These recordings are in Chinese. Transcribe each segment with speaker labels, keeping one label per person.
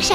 Speaker 1: 什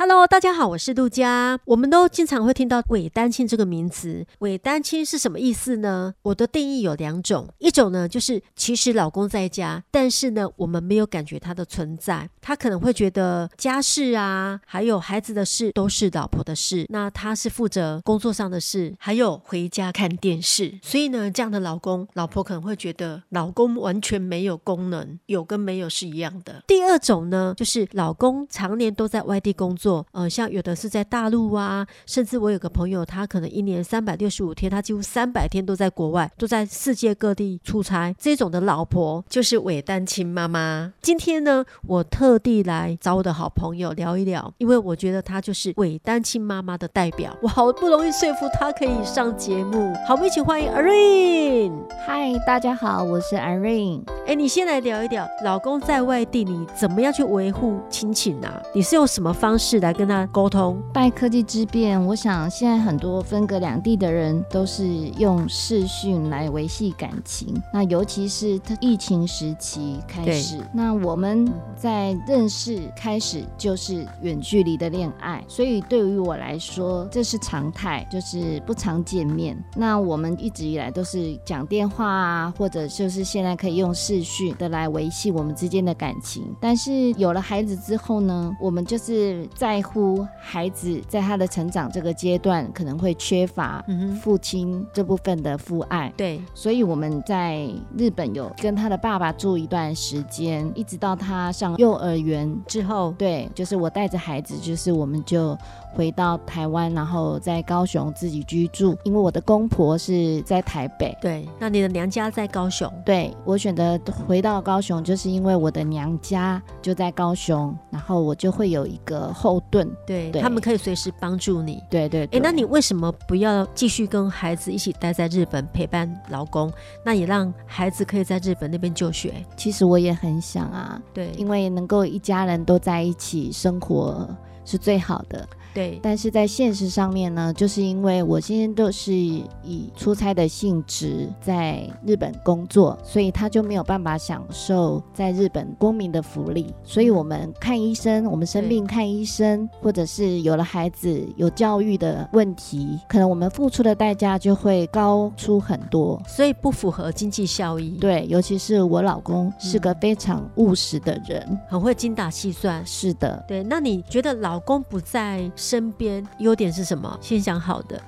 Speaker 2: Hello，大家好，我是杜佳。我们都经常会听到“伪单亲”这个名词，“伪单亲”是什么意思呢？我的定义有两种，一种呢就是其实老公在家，但是呢我们没有感觉他的存在，他可能会觉得家事啊，还有孩子的事都是老婆的事，那他是负责工作上的事，还有回家看电视。所以呢，这样的老公，老婆可能会觉得老公完全没有功能，有跟没有是一样的。第二种呢，就是老公常年都在外地工作，呃，像有的是在大陆啊，甚至我有个朋友，他可能一年三百六十五天，他几乎三百天都在国外，都在世界各地出差。这种的老婆就是伪单亲妈妈。今天呢，我特地来找我的好朋友聊一聊，因为我觉得她就是伪单亲妈妈的代表。我好不容易说服她可以上节目，好，我们一起欢迎 Irene。
Speaker 3: 嗨，大家好，我是 Irene。
Speaker 2: 哎，你先来聊一聊，老公在外地，你怎么样去维护亲情啊？你是用什么方式来跟他沟通？
Speaker 3: 拜科技之变，我想现在很多分隔两地的人都是用视讯来维系感情。那尤其是特疫情时期开始，那我们在认识开始就是远距离的恋爱，所以对于我来说这是常态，就是不常见面。那我们一直以来都是讲电话啊，或者就是现在可以用视讯的来维系我们之间的感情。但是有了孩子之后呢，我们就是在乎孩子在他的成长这个阶段可能会缺乏
Speaker 2: 嗯哼，
Speaker 3: 父亲这部分的父爱。
Speaker 2: 对，
Speaker 3: 所以我们在日本有跟他的爸爸住一段时间，一直到他上幼儿园
Speaker 2: 之后
Speaker 3: 对，就是我带着孩子，就是我们就回到台湾，然后在高雄自己居住，因为我的公婆是在台北。
Speaker 2: 对，那你的娘家在高雄，
Speaker 3: 对我选择回到高雄，就是因为我的娘家就在高雄，然后我就会有一个后盾。
Speaker 2: 对
Speaker 3: 对
Speaker 2: 他们可以随时帮助你。
Speaker 3: 对对对，
Speaker 2: 哎，那你为什么不要继续跟孩子一起待在日本陪伴老公？那也让孩子可以在日本那边就学。
Speaker 3: 其实我也很想啊，
Speaker 2: 对，
Speaker 3: 因为能够一家人都在一起生活是最好的。
Speaker 2: 对，
Speaker 3: 但是在现实上面呢，就是因为我现在都是以出差的性质在日本工作，所以他就没有办法享受在日本公民的福利。所以我们看医生，我们生病看医生，或者是有了孩子有教育的问题，可能我们付出的代价就会高出很多。
Speaker 2: 所以不符合经济效益，，
Speaker 3: 对，尤其是我老公是个
Speaker 2: 嗯
Speaker 3: 非常务实的人。
Speaker 2: 很会精打细算。
Speaker 3: 是的，
Speaker 2: 对，那你觉得老公不在身边，优点是什么？先想好的，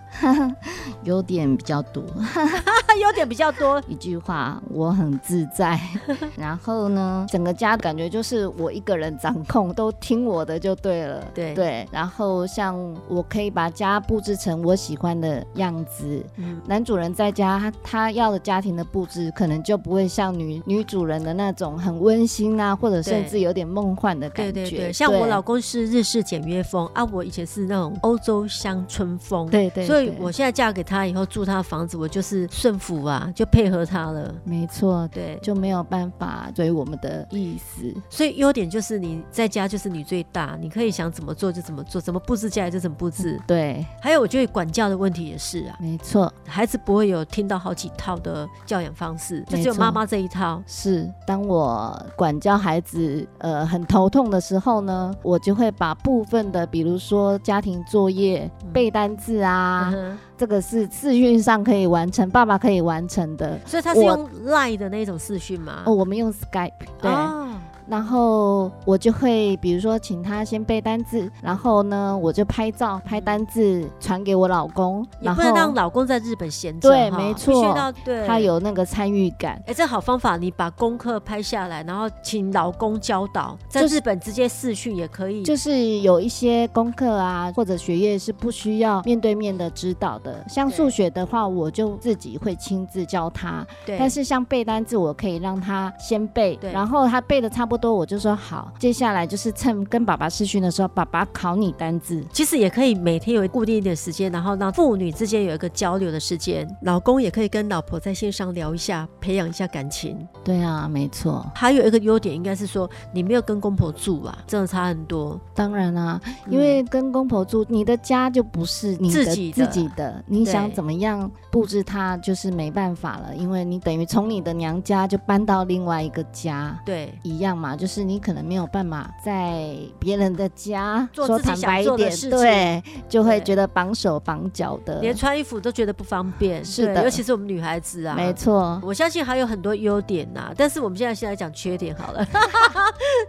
Speaker 3: 优点比较多。
Speaker 2: 他优点比较多。
Speaker 3: 一句话，我很自在。 然后呢，整个家感觉就是我一个人掌控，都听我的就对了。
Speaker 2: 对
Speaker 3: 对，然后像我可以把家布置成我喜欢的样子。
Speaker 2: 嗯，
Speaker 3: 男主人在家，他他要的家庭的布置可能就不会像女女主人的那种很温馨啊，或者甚至有点梦幻的感
Speaker 2: 对
Speaker 3: 觉。
Speaker 2: 对对，像我老公是日式简约风啊，我以前是那种欧洲乡村风。
Speaker 3: 对对，
Speaker 2: 所以
Speaker 3: 对
Speaker 2: 我现在嫁给他以后住他的房子，我就是顺服啊， 就配合他了。
Speaker 3: 没错，
Speaker 2: 对，
Speaker 3: 就没有办法追我们的意思。
Speaker 2: 所以优点就是你在家就是你最大，你可以想怎么做就怎么做，怎么布置家里就怎么布置。
Speaker 3: 对，
Speaker 2: 还有我觉得管教的问题也是啊，
Speaker 3: 没错。
Speaker 2: 孩子不会有听到好几套的教养方式，就只有
Speaker 3: 没错
Speaker 2: 妈妈这一套。
Speaker 3: 是，当我管教孩子呃很头痛的时候呢，我就会把部分的，比如说家庭作业、
Speaker 2: 嗯
Speaker 3: 背单字啊，
Speaker 2: 嗯
Speaker 3: 这个是视讯上可以完成，爸爸可以完成的。
Speaker 2: 哼所以他是
Speaker 3: 我
Speaker 2: 用 Line 的那种视讯嘛？
Speaker 3: 哦，我们用 Skype，对，
Speaker 2: 啊哦
Speaker 3: 然后我就会比如说请他先背单字，然后呢我就拍照拍单字传给我老公，
Speaker 2: 也
Speaker 3: 然
Speaker 2: 不能让
Speaker 3: 后
Speaker 2: 老公在日本闲着哈，
Speaker 3: 对没错
Speaker 2: 必须要对
Speaker 3: 他。有那个参与感。
Speaker 2: 哎，这好方法，你把功课拍下来，然后请老公教导，在
Speaker 3: 就是
Speaker 2: 日本直接视讯也可以。
Speaker 3: 就是有一些功课啊或者学业是不需要面对面的指导的，像
Speaker 2: 对
Speaker 3: 数学的话，我就自己会亲自教他。
Speaker 2: 对，
Speaker 3: 但是像背单字，我可以让他先背
Speaker 2: 对，
Speaker 3: 然后他背的差不多，我就说好，接下来就是趁跟爸爸试训的时候，爸爸考你单字。
Speaker 2: 其实也可以每天有固定一点时间，然后让父女之间有一个交流的时间，老公也可以跟老婆在线上聊一下，培养一下感情。
Speaker 3: 对啊，没错。
Speaker 2: 还有一个优点应该是说，你没有跟公婆住啊，真的差很多。
Speaker 3: 当然啊，因为跟公婆住，你的家就不是你
Speaker 2: 嗯自
Speaker 3: 的
Speaker 2: 己的
Speaker 3: 自己的，你想怎么样布置它就是没办法了，因为你等于从你的娘家就搬到另外一个家。
Speaker 2: 对，
Speaker 3: 一样嘛，就是你可能没有办法在别人的家
Speaker 2: 做
Speaker 3: 说
Speaker 2: 自己
Speaker 3: 坦
Speaker 2: 想
Speaker 3: 白一
Speaker 2: 做的
Speaker 3: 点
Speaker 2: 事，情
Speaker 3: 对，就会
Speaker 2: 对
Speaker 3: 觉得绑手绑脚的，
Speaker 2: 连穿衣服都觉得不方便。
Speaker 3: 是
Speaker 2: 对
Speaker 3: 的
Speaker 2: 尤其是我们女孩子啊，
Speaker 3: 没错。
Speaker 2: 我相信还有很多优点呐、但是我们现在先来讲缺点好 了。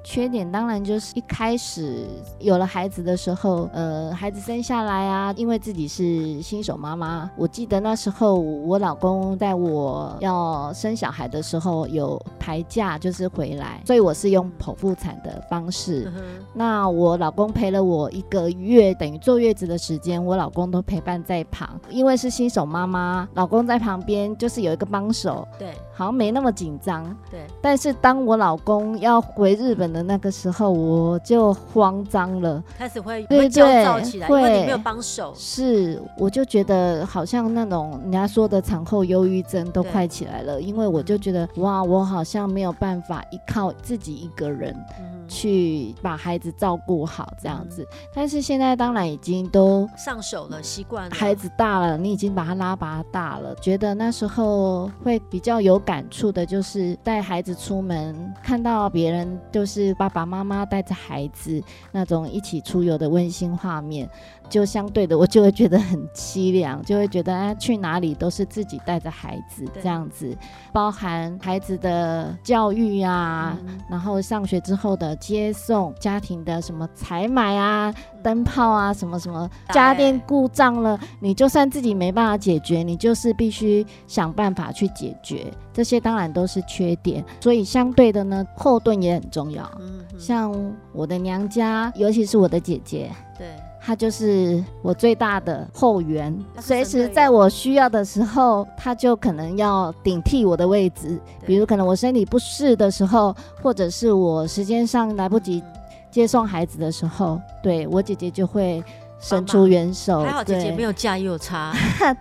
Speaker 3: 缺点当然就是一开始有了孩子的时候，呃，孩子生下来啊，因为自己是新手妈妈，我记得那时候我老公在我要生小孩的时候有排假，就是回来，所以我是用剖腹产的方式。
Speaker 2: 嗯哼
Speaker 3: 那我老公陪了我一个月，等于坐月子的时间，我老公都陪伴在旁，因为是新手妈妈，老公在旁边就是有一个帮手，
Speaker 2: 对
Speaker 3: 好像没那么紧张。
Speaker 2: 对，
Speaker 3: 但是当我老公要回日本的那个时候，我就慌张了，
Speaker 2: 开始会
Speaker 3: 对
Speaker 2: 会焦
Speaker 3: 对
Speaker 2: 躁起来，因
Speaker 3: 会
Speaker 2: 为你没有帮手。
Speaker 3: 是，我就觉得好像那种人家说的产后忧郁症都
Speaker 2: 对
Speaker 3: 快起来了，因为我就觉得哇，我好像没有办法依靠自己一个人。
Speaker 2: 嗯哼
Speaker 3: 去把孩子照顾好这样子。但是现在当然已经都
Speaker 2: 上手了，习惯了。
Speaker 3: 孩子大了，你已经把他拉拔大了，觉得那时候会比较有感触的，就是带孩子出门，看到别人就是爸爸妈妈带着孩子那种一起出游的温馨画面，就相对的我就会觉得很凄凉，就会觉得啊去哪里都是自己带着孩子
Speaker 2: 对
Speaker 3: 这样子，包含孩子的教育啊，
Speaker 2: 嗯
Speaker 3: 然后上学之后的接送、家庭的什么采买啊、
Speaker 2: 嗯
Speaker 3: 灯泡啊、什么什么
Speaker 2: 对
Speaker 3: 家电故障了，你就算自己没办法解决，你就是必须想办法去解决。这些当然都是缺点，所以相对的呢，后盾也很重要。
Speaker 2: 嗯哼
Speaker 3: 像我的娘家，尤其是我的姐姐，
Speaker 2: 对，
Speaker 3: 她就是我最大的后援，
Speaker 2: 她是
Speaker 3: 随
Speaker 2: 神队
Speaker 3: 时
Speaker 2: 友
Speaker 3: 在我需要的时候，她就可能要顶替我的位置。
Speaker 2: 对
Speaker 3: 比如可能我身体不适的时候，或者是我时间上来不及
Speaker 2: 嗯
Speaker 3: 接送孩子的时候，对我姐姐就会伸
Speaker 2: 帮
Speaker 3: 出援手。
Speaker 2: 嗯还好姐姐没
Speaker 3: 有，
Speaker 2: 有嫁也有差，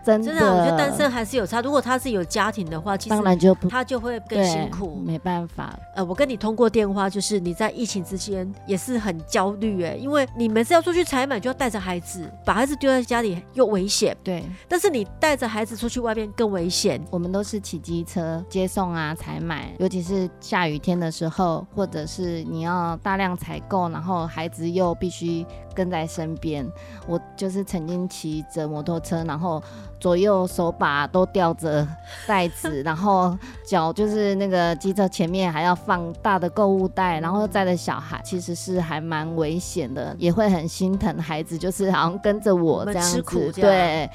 Speaker 3: 真的，
Speaker 2: 真的啊，我觉得单身还是有差。如果她是有家庭的话，其实
Speaker 3: 当然就不
Speaker 2: 她就会更
Speaker 3: 对
Speaker 2: 辛苦。
Speaker 3: 没办法。
Speaker 2: 呃，我跟你通过电话，就是你在疫情之间也是很焦虑哎，因为你每次要出去采买就要带着孩子，把孩子丢在家里又危险，
Speaker 3: 对
Speaker 2: 但是你带着孩子出去外面更危险。
Speaker 3: 我们都是骑机车接送啊、采买，尤其是下雨天的时候，或者是你要大量采购，然后孩子又必须跟在身边。我就是曾经骑着摩托车，然后左右手把都吊着袋子，然后脚就是那个机车前面还要放大的购物袋，然后载着小孩，其实是还蛮危险的，也会很心疼孩子，就是好像跟着我这样
Speaker 2: 我们吃苦
Speaker 3: 子，
Speaker 2: 这样
Speaker 3: 对。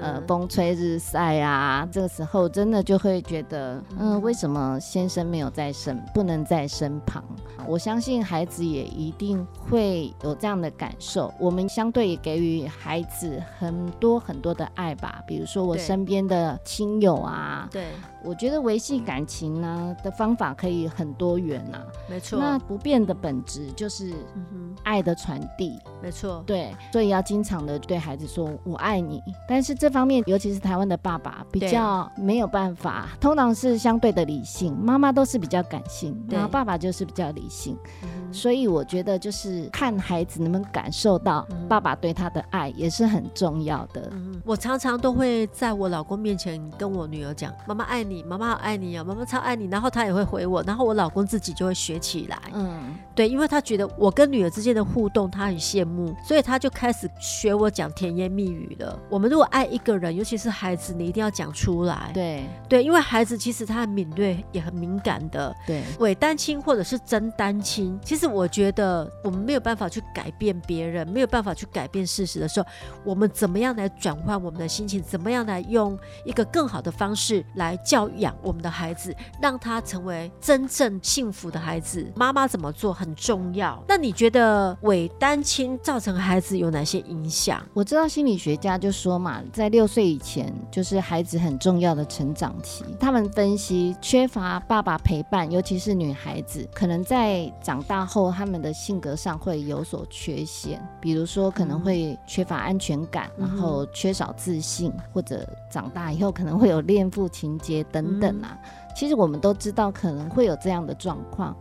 Speaker 3: 呃，
Speaker 2: 呃，
Speaker 3: 风吹日晒啊，这个时候真的就会觉得，嗯、为什么先生没有在身，不能在身旁？我相信孩子也一定会有这样的感受。我们相对也给予孩子很多很多的爱吧，比如说我
Speaker 2: 对
Speaker 3: 身边的亲友啊，
Speaker 2: 对，
Speaker 3: 我觉得维系感情呢、的方法可以很多元啊。
Speaker 2: 没错，
Speaker 3: 那不变的本质就是
Speaker 2: 嗯
Speaker 3: 爱的传递。
Speaker 2: 哼，没错，
Speaker 3: 对，所以要经常的对孩子说“我爱你”。但是这方面，尤其是台湾的爸爸比
Speaker 2: 对
Speaker 3: 较没有办法，通常是相对的理性，妈妈都是比较感性，
Speaker 2: 对
Speaker 3: 然后爸爸就是比较理性。
Speaker 2: 嗯哼
Speaker 3: 所以我觉得，就是看孩子能不能感受到
Speaker 2: 嗯
Speaker 3: 爸爸对他的爱，也是很重要的。
Speaker 2: 嗯我常常都会在我老公面前跟我女儿讲：“妈妈爱你，妈妈好爱你啊，妈妈超爱你。”然后她也会回我，然后我老公自己就会学起来。
Speaker 3: 嗯，
Speaker 2: 对，因为他觉得我跟女儿之间的互动，他很羡慕，所以他就开始学我讲甜言蜜语了。我们如果爱一个人，尤其是孩子，你一定要讲出来。
Speaker 3: 对
Speaker 2: 对，因为孩子其实他很敏锐，也很敏感的。
Speaker 3: 对，
Speaker 2: 伪单亲或者是真单亲，其实我觉得我们没有办法去改变别人，没有办法去改变事实的时候，我们怎么样来转换我们的心情？怎么样来用一个更好的方式来教养我们的孩子，让他成为真正幸福的孩子？妈妈怎么做很重要。那你觉得呃伪单亲造成孩子有哪些影响？
Speaker 3: 我知道心理学家就说嘛，在六岁以前就是孩子很重要的成长期。他们分析缺乏爸爸陪伴，尤其是女孩子，可能在长大后他们的性格上会有所缺陷，比如说可能会缺乏安全感，然后缺少自信，或者长大以后可能会有恋父情节等等啊。其实我们都知道可能会有这样的状况。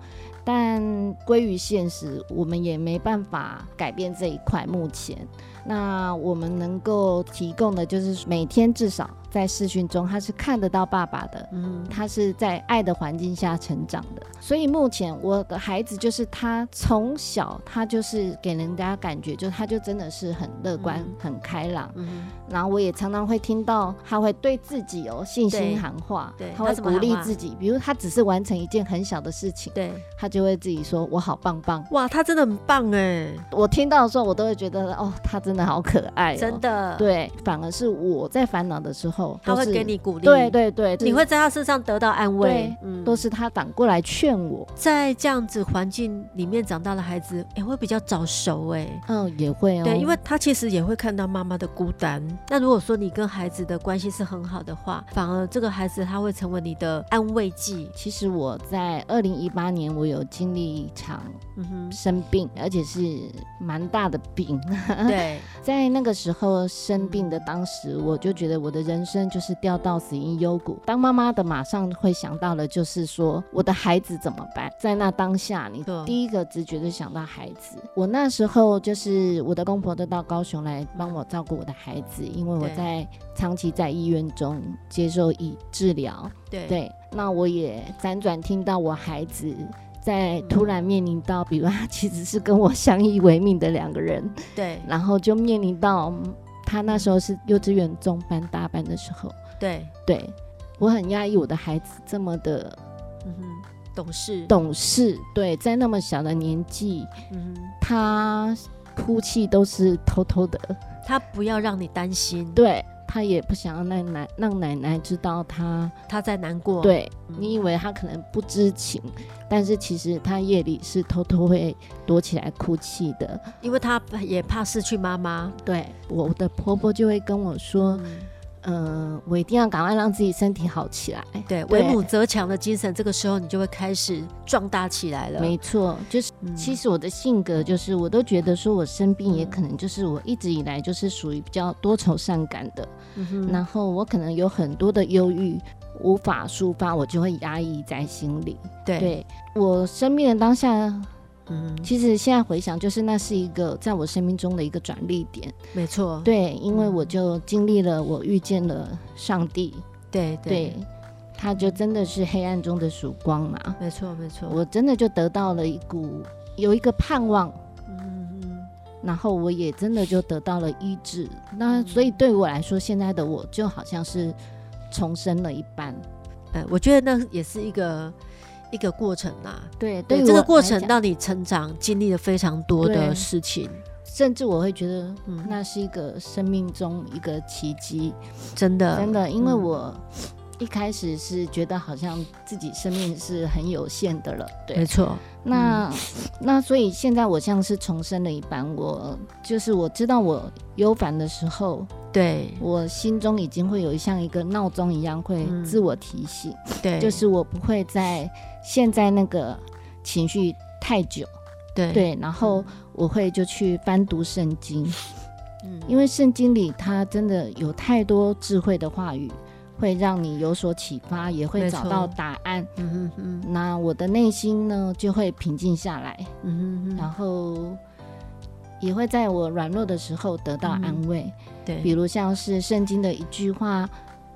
Speaker 3: 但归于现实，我们也没办法改变这一块。目前，那我们能够提供的就是每天至少在视讯中，他是看得到爸爸的，
Speaker 2: 嗯，
Speaker 3: 他是在爱的环境下成长的。所以目前我的孩子就是他从小他就是给人家感觉，就他就真的是很乐观、
Speaker 2: 嗯
Speaker 3: 很开朗。
Speaker 2: 嗯
Speaker 3: 然后我也常常会听到他会对自己有信
Speaker 2: 对
Speaker 3: 心喊话，
Speaker 2: 对
Speaker 3: 他
Speaker 2: 他
Speaker 3: 会
Speaker 2: 怎么
Speaker 3: 鼓
Speaker 2: 喊
Speaker 3: 励
Speaker 2: 话
Speaker 3: 自己，比如他只是完成一件很小的事情。
Speaker 2: 对，
Speaker 3: 他就会自己说：“我好棒棒。
Speaker 2: 哇，他真的很棒哎，”
Speaker 3: 我听到的时候，我都会觉得哦，他真的好可爱、哦，
Speaker 2: 真。的，，
Speaker 3: 对，反而是我在烦恼的时候，
Speaker 2: 他会
Speaker 3: 都是
Speaker 2: 给你鼓励，
Speaker 3: 对，对对，
Speaker 2: 你会在他身上得到安慰
Speaker 3: 对，
Speaker 2: 嗯
Speaker 3: 都是他反过来劝我。
Speaker 2: 在这样子环境里面长大的孩子，哎、会比较早熟哎、
Speaker 3: 嗯，也会哦。
Speaker 2: 对，因为他其实也会看到妈妈的孤单。那如果说你跟孩子的关系是很好的话，反而这个孩子他会成为你的安慰剂。
Speaker 3: 其实我在二零一八年，我有经历一场
Speaker 2: 嗯 哼，
Speaker 3: 生病，而且是蛮大的病。
Speaker 2: 对，
Speaker 3: 在那个时候生病的当时，我就觉得我的人生就是掉到死因幽谷。当妈妈的马上会想到的就是说我的孩子怎么办？在那当下，你
Speaker 2: 对
Speaker 3: 第一个直觉就想到孩子。我那时候就是我的公婆都到高雄来帮我照顾我的孩子，因为我
Speaker 2: 对
Speaker 3: 在长期在医院中接受医治疗。
Speaker 2: 对，
Speaker 3: 对，那我也辗转听到我孩子在
Speaker 2: 嗯
Speaker 3: 突然面临到，比如他其实是跟我相依为命的两个人。
Speaker 2: 对，
Speaker 3: 然后就面临到嗯他那时候是幼稚园中班大班的时候，
Speaker 2: 对，
Speaker 3: 对我很压抑我的孩子这么的
Speaker 2: 嗯哼，懂事，，
Speaker 3: 懂事，对，在那么小的年纪，
Speaker 2: 嗯哼，
Speaker 3: 他哭泣都是偷偷的，
Speaker 2: 他不要让你担心，
Speaker 3: 对。他也不想让奶奶让奶奶知道他，
Speaker 2: 他在难过，，
Speaker 3: 对
Speaker 2: 嗯
Speaker 3: 你以为他可能不知情，但是其实他夜里是偷偷会躲起来哭泣的。
Speaker 2: 因为他也怕失去妈妈。
Speaker 3: 对，我的婆婆就会跟我说，
Speaker 2: 嗯，
Speaker 3: 嗯、我一定要赶快让自己身体好起来。
Speaker 2: 对，
Speaker 3: 对
Speaker 2: 为母则强的精神，这个时候你就会开始壮大起来了。
Speaker 3: 没错，就是
Speaker 2: 嗯
Speaker 3: 其实我的性格就是，我都觉得说我生病也可能就是我一直以来就是属于比较多愁善感的，
Speaker 2: 嗯哼
Speaker 3: 然后我可能有很多的忧郁无法抒发，我就会压抑在心里。
Speaker 2: 对，
Speaker 3: 对我生病的当下，
Speaker 2: 嗯，
Speaker 3: 其实现在回想，就是那是一个在我生命中的一个转捩点。
Speaker 2: 没错，
Speaker 3: 对，因为
Speaker 2: 嗯
Speaker 3: 我就经历了，我遇见了上帝，
Speaker 2: 对
Speaker 3: 对，他就真的是黑暗中的曙光嘛。
Speaker 2: 没错没错，
Speaker 3: 我真的就得到了一股有一个盼望，
Speaker 2: 嗯嗯
Speaker 3: 然后我也真的就得到了医治。那
Speaker 2: 嗯
Speaker 3: 所以对我来说，现在的我就好像是重生了一般。
Speaker 2: 呃，我觉得那也是一个一个过程啦、
Speaker 3: 对，
Speaker 2: 对
Speaker 3: 于
Speaker 2: 这个
Speaker 3: 我
Speaker 2: 过
Speaker 3: 来
Speaker 2: 程
Speaker 3: 讲，
Speaker 2: 让你成长，经历了非常多的
Speaker 3: 对
Speaker 2: 事情，
Speaker 3: 甚至我会觉得
Speaker 2: 嗯，
Speaker 3: 那是一个生命中一个奇迹，
Speaker 2: 真的
Speaker 3: 真的，因为
Speaker 2: 嗯
Speaker 3: 我。一开始是觉得好像自己生命是很有限的了，对，
Speaker 2: 没错，嗯
Speaker 3: 那、那所以现在我像是重生了一般，我就是我知道我忧烦的时候，
Speaker 2: 对
Speaker 3: 我心中已经会有像一个闹钟一样会
Speaker 2: 嗯
Speaker 3: 自我提醒，
Speaker 2: 对，
Speaker 3: 就是我不会在现在那个情绪太久，
Speaker 2: 对
Speaker 3: 对，然后我会就去翻读圣经，
Speaker 2: 嗯
Speaker 3: 因为圣经里它真的有太多智慧的话语，会让你有所启发，也
Speaker 2: 没
Speaker 3: 会找
Speaker 2: 错
Speaker 3: 到答案。
Speaker 2: 嗯哼嗯
Speaker 3: 那我的内心呢就会平静下来，
Speaker 2: 嗯哼
Speaker 3: 然
Speaker 2: 嗯，
Speaker 3: 后也会在我软弱的时候得到安慰，比
Speaker 2: 嗯对，
Speaker 3: 如像是圣经的一句话：“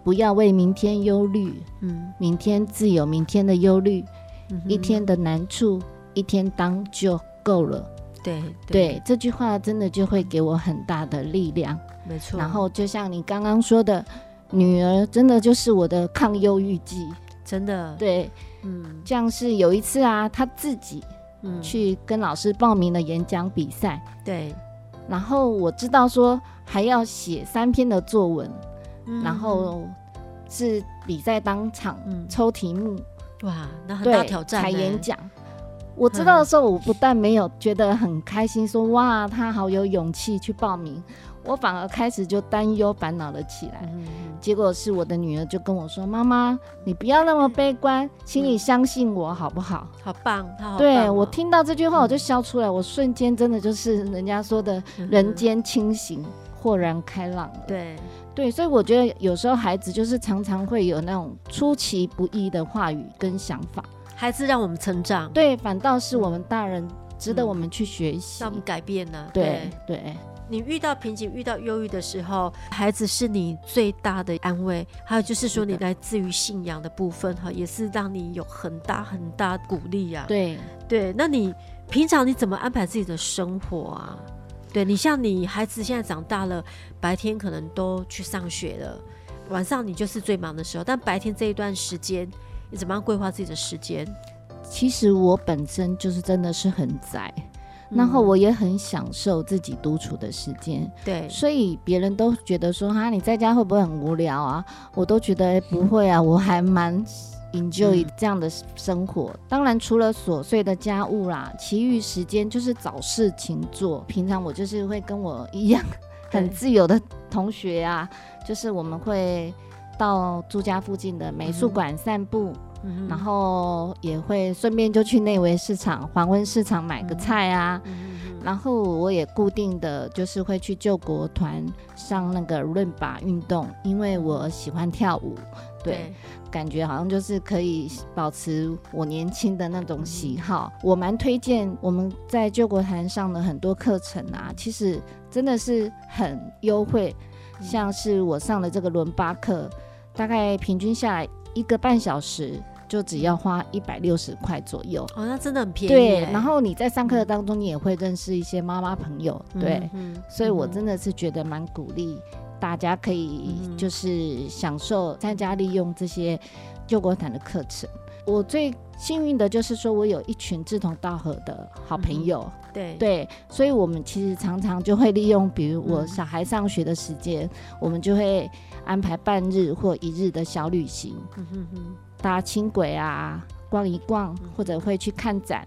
Speaker 3: 不要为明天忧虑，
Speaker 2: 嗯
Speaker 3: 明天自有明天的忧虑，
Speaker 2: 嗯哼
Speaker 3: 一天的难处一天当就够了。
Speaker 2: 对
Speaker 3: 对”这句话真的就会给我很大的力量。
Speaker 2: 没错，
Speaker 3: 然后就像你刚刚说的，女儿真的就是我的抗忧郁剂。
Speaker 2: 真的
Speaker 3: 对，
Speaker 2: 嗯
Speaker 3: 像是有一次啊，她自己
Speaker 2: 嗯
Speaker 3: 去跟老师报名了演讲比赛。
Speaker 2: 对，
Speaker 3: 然后我知道说还要写三篇的作文，
Speaker 2: 嗯
Speaker 3: 然后是比赛当场
Speaker 2: 嗯
Speaker 3: 抽题目，
Speaker 2: 哇，那很大
Speaker 3: 对，
Speaker 2: 挑战
Speaker 3: 才
Speaker 2: 呢嗯
Speaker 3: 演讲。我知道的时候，我不但没有觉得很开心，说哇，他好有勇气去报名，我反而开始就担忧烦恼了起
Speaker 2: 嗯
Speaker 3: 来。结果是我的女儿就跟我说：“妈妈，你不要那么悲观，请你相信我，好不好？”
Speaker 2: 好棒，嗯他好棒哦嗯
Speaker 3: 对我听到这句话我就笑出来，我瞬间真的就是人家说的人间清醒，豁然开朗了。
Speaker 2: 对
Speaker 3: 对，所以我觉得有时候孩子就是常常会有那种出其不意的话语跟想法，
Speaker 2: 孩子让我们成长，
Speaker 3: 对，反倒是我们大人值得我们去学习
Speaker 2: 让我。们改变呢、
Speaker 3: 对对
Speaker 2: 你遇到瓶颈、遇到忧郁的时候，孩子是你最大的安慰。还有就是说，
Speaker 3: 是的
Speaker 2: 你来自于信仰的部分哈，也是让你有很大很大的鼓励啊。
Speaker 3: 对，
Speaker 2: 对，那你平常你怎么安排自己的生活啊？对你像你孩子现在长大了，白天可能都去上学了，晚上你就是最忙的时候，但白天这一段时间，你怎么样规划自己的时间？
Speaker 3: 其实我本身就是真的是很宅，然后
Speaker 2: 嗯
Speaker 3: 我也很享受自己独处的时间。
Speaker 2: 对，
Speaker 3: 所以别人都觉得说哈，你在家会不会很无聊啊？我都觉得、诶不会啊，我还蛮 enjoy 这样的生活。当然，除了琐碎的家务啦，其余时间就是找事情做。平常我就是会跟我一样
Speaker 2: 对
Speaker 3: 很自由的同学啊，就是我们会到住家附近的美术馆散步，
Speaker 2: 嗯
Speaker 3: 然后也会顺便就去内围市场、黄昏市场买个菜啊。
Speaker 2: 嗯
Speaker 3: 然后我也固定的就是会去救国团上那个润把运动，因为我喜欢跳舞，对，，感觉好像就是可以保持我年轻的那种喜好。我蛮推荐我们在救国团上的很多课程啊，其实真的是很优惠，像是我上的这个伦巴课，大概平均下来一个半小时就只要花一百六十块左右。
Speaker 2: 哦，那真的很便宜耶。
Speaker 3: 对，然后你在上课当中，你也会认识一些妈妈朋友，对，
Speaker 2: 嗯，嗯
Speaker 3: 所以我
Speaker 2: 嗯
Speaker 3: 真的是觉得蛮鼓励大家可以就是享受参加利用这些救国团的课程。我最幸运的就是说我有一群志同道合的好
Speaker 2: 嗯
Speaker 3: 朋友，
Speaker 2: 对
Speaker 3: 对，所以我们其实常常就会利用，比如我
Speaker 2: 嗯
Speaker 3: 小孩上学的时间，我们就会安排半日或一日的小旅行，
Speaker 2: 嗯哼哼
Speaker 3: 搭轻轨啊，逛一逛，
Speaker 2: 嗯
Speaker 3: 或者会去看展，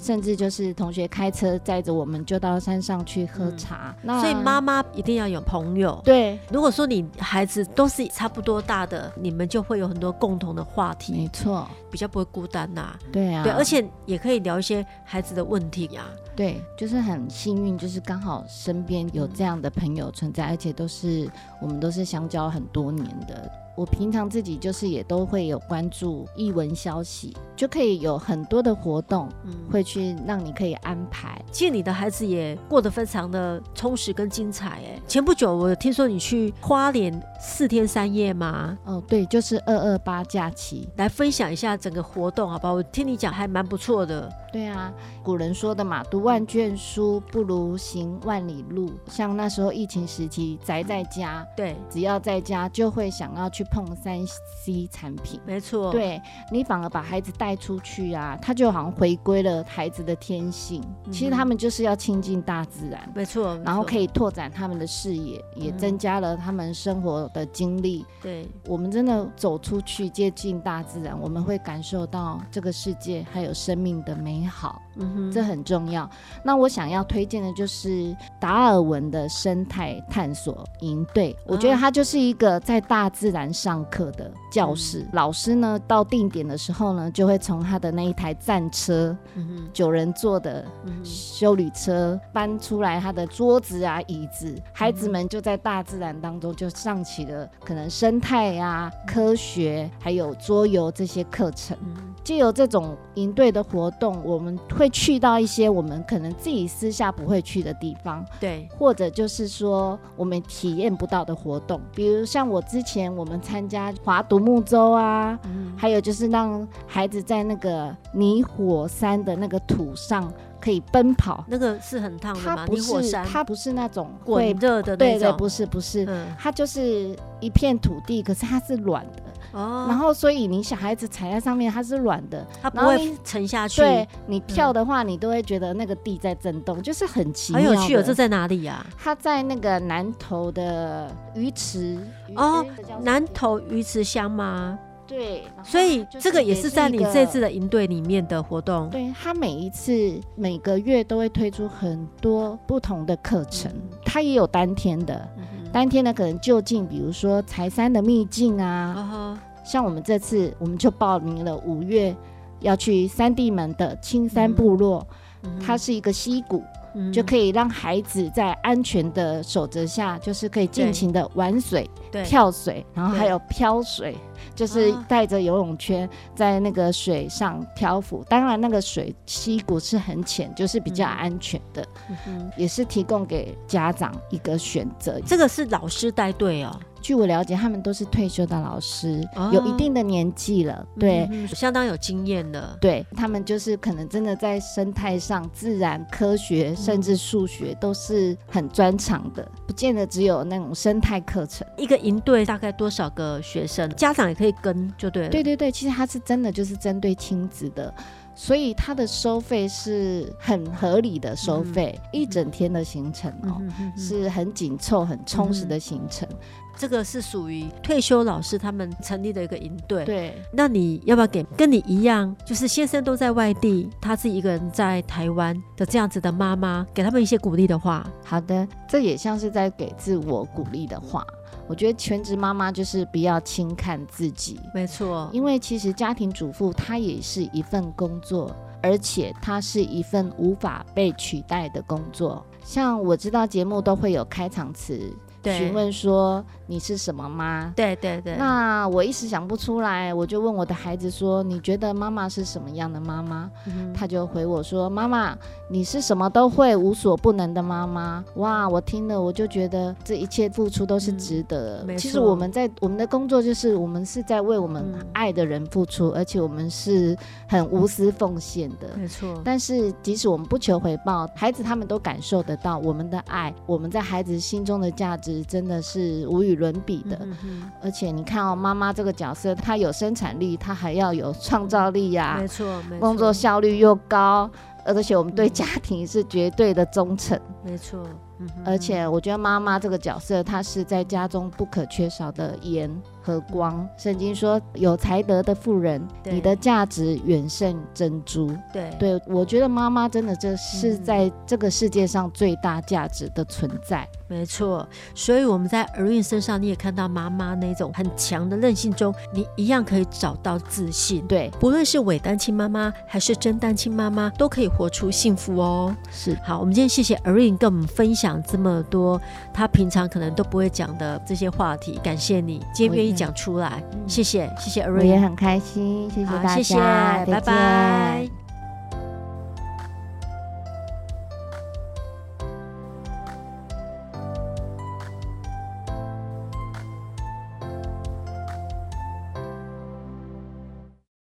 Speaker 3: 甚至就是同学开车载着我们就到山上去喝茶。
Speaker 2: 嗯
Speaker 3: 那
Speaker 2: 所以妈妈一定要有朋友。
Speaker 3: 对，
Speaker 2: 如果说你孩子都是差不多大的，你们就会有很多共同的话
Speaker 3: 没
Speaker 2: 题，
Speaker 3: 错，
Speaker 2: 比较不会孤单呐、
Speaker 3: 对啊，
Speaker 2: 对，而且也可以聊一些孩子的问题呀、
Speaker 3: 对，就是很幸运，就是刚好身边有这样的朋友存在，而且都是我们都是相交很多年的。我平常自己就是也都会有关注译文消息，就可以有很多的活动
Speaker 2: 嗯，
Speaker 3: 会去让你可以安排。
Speaker 2: 其实你的孩子也过得非常的充实跟精彩哎。前不久我有听说你去花莲四天三夜嘛，
Speaker 3: 哦，对，就是二二八假期，
Speaker 2: 来分享一下整个活动好不好？我听你讲还蛮不错的，
Speaker 3: 对啊，古人说的嘛，读万卷书不如行万里路。像那时候疫情时期，宅在家，
Speaker 2: 对，
Speaker 3: 只要在家就会想要去碰三 C 产品。
Speaker 2: 没错，，
Speaker 3: 对你反而把孩子带出去啊，他就好像回归了孩子的天性。其实他们就是要亲近大自然，
Speaker 2: 没错，
Speaker 3: 然后可
Speaker 2: 以
Speaker 3: 以拓展他们的视野，也增加了他们生活的经历。
Speaker 2: 对，
Speaker 3: 我们真的走出去接近大自然，我们会感受到这个世界还有生命的美好。
Speaker 2: 嗯哼，
Speaker 3: 这很重要。那我想要推荐的就是达尔文的生态探索营队，我觉得它就是一个在大自然上课的教室。老师呢，到定点的时候呢，就会从他的那一台战车，
Speaker 2: 嗯
Speaker 3: 九人座的
Speaker 2: 哼，嗯哼，
Speaker 3: 修旅车搬出来他的桌子啊、椅子，孩子们就在大自然当中就上起了可能生态呀、科学还有桌游这些课程。
Speaker 2: 嗯
Speaker 3: 借由这种营队的活动，我们会去到一些我们可能自己私下不会去的地方，
Speaker 2: 对，
Speaker 3: 或者就是说我们体验不到的活动，比如像我之前我们参加划独木舟啊。
Speaker 2: 嗯，
Speaker 3: 还有就是让孩子在那个泥火山的那个土上可以奔跑，
Speaker 2: 那个是很烫的
Speaker 3: 它
Speaker 2: 嘛，
Speaker 3: 不
Speaker 2: 泥火
Speaker 3: 是
Speaker 2: 山
Speaker 3: 它不是那种
Speaker 2: 滚
Speaker 3: 会
Speaker 2: 热的那
Speaker 3: 对
Speaker 2: 种，
Speaker 3: 对不是不是，
Speaker 2: 嗯，
Speaker 3: 它就是一片土地，可是它是软的，
Speaker 2: 哦，
Speaker 3: 然后所以你小孩子踩在上面它是软的，
Speaker 2: 它不
Speaker 3: 然后
Speaker 2: 会
Speaker 3: 你
Speaker 2: 沉下去，嗯
Speaker 3: 对你跳的话，你都会觉得那个地在震动，就是很奇
Speaker 2: 好
Speaker 3: 妙。
Speaker 2: 有趣哦，这。在哪里呀、
Speaker 3: 他在那个南投的鱼池
Speaker 2: 哦，
Speaker 3: 鱼池的叫什么
Speaker 2: 南投鱼池乡吗？
Speaker 3: 对，然后
Speaker 2: 所以
Speaker 3: 就是
Speaker 2: 这个也
Speaker 3: 也
Speaker 2: 是在你
Speaker 3: 一个
Speaker 2: 这次的营队里面的活动。
Speaker 3: 对他每一次每个月都会推出很多不同的课程，
Speaker 2: 嗯
Speaker 3: 他也有单天的，单天的可能就近，比如说财山的秘境啊，
Speaker 2: 啊
Speaker 3: 像我们这次我们就报名了五月要去三地门的青山
Speaker 2: 嗯
Speaker 3: 部落，它是一个溪谷，就可以让孩子在安全的守则下，就是可以尽
Speaker 2: 对
Speaker 3: 情的玩水、
Speaker 2: 对
Speaker 3: 跳水，然后
Speaker 2: 对
Speaker 3: 还有漂水，就是
Speaker 2: 啊
Speaker 3: 带着游泳圈在那个水上漂浮。当然，那个水溪谷是很浅，就是比较安全的，
Speaker 2: 嗯
Speaker 3: 也是提供给家长一个选择。
Speaker 2: 这个是老师带队哦，
Speaker 3: 据我了解，他们都是退休的老师，
Speaker 2: 哦
Speaker 3: 有一定的年纪了，对。
Speaker 2: 嗯相当有经验了。
Speaker 3: 对他们就是可能真的在生态上、自然科学甚至数学都是很专长的，不见得只有那种生态课程。
Speaker 2: 一个营队大概多少个学生？家长也可以跟，就对了。
Speaker 3: 对对对，其实它是真的就是针对亲子的，所以它的收费是很合理的收费，一整天的行程哦。
Speaker 2: 嗯哼哼
Speaker 3: 是很紧凑、很充实的行程，
Speaker 2: 这个是属于退休老师他们成立的一个营队。，
Speaker 3: 对
Speaker 2: 那你要不要给跟你一样，就是先生都在外地，他自己一个人在台湾的这样子的妈妈，给他们一些鼓励的话？
Speaker 3: 好的，这也像是在给自我鼓励的话。我觉得全职妈妈就是不要轻看自己，
Speaker 2: 没错，
Speaker 3: 因为其实家庭主妇她也是一份工作，而且它是一份无法被取代的工作。像我知道节目都会有开场词，
Speaker 2: 对
Speaker 3: 询问啊说你是什么妈。
Speaker 2: 对对对，
Speaker 3: 那我一时想不出来，我就问我的孩子说：“你觉得妈妈是什么样的妈妈？”
Speaker 2: 嗯
Speaker 3: 他就回我说：“妈妈，你是什么都会、无所不能的妈妈。”哇，我听了我就觉得这一切付出都是值得。
Speaker 2: 嗯没
Speaker 3: 其实
Speaker 2: 错
Speaker 3: 我们在我们的工作就是我们是在为我们
Speaker 2: 嗯
Speaker 3: 爱的人付出，而且我们是很无私奉献的。
Speaker 2: 没错，
Speaker 3: 但是，即使我们不求回报，孩子他们都感受得到我们的爱，我们在孩子心中的价值真的是无与伦比的。
Speaker 2: 嗯哼
Speaker 3: 而且你看哦，妈妈这个角色，她有生产力，她还要有创造力呀、
Speaker 2: 没错，没错
Speaker 3: 啊工作效率又高，而且我们对家庭是绝对的忠诚。
Speaker 2: 没错，嗯哼
Speaker 3: 而且我觉得妈妈这个角色，她是在家中不可缺少的盐和光。圣经说，有才德的妇人，
Speaker 2: 对
Speaker 3: 你的价值远胜珍珠。
Speaker 2: 对
Speaker 3: 对，我觉得妈妈真的这是
Speaker 2: 嗯
Speaker 3: 在这个世界上最大价值的存在。
Speaker 2: 没错，所以我们在儿韵身上，你也看到妈妈那种很强的韧性中，你一样可以找到自信。
Speaker 3: 对，
Speaker 2: 不论是伪单亲妈妈还是真单亲妈妈，都可以活出幸福哦。
Speaker 3: 是
Speaker 2: 好，我们今天谢谢 Erin 跟我们分享这么多她平常可能都不会讲的这些话题，感谢你今天愿意讲出来，谢谢，谢谢
Speaker 3: 我也
Speaker 2: Erin，
Speaker 3: 很开心，谢谢
Speaker 2: 好
Speaker 3: 大家，
Speaker 2: 谢谢，
Speaker 3: 再
Speaker 2: 拜
Speaker 3: 见
Speaker 2: 拜。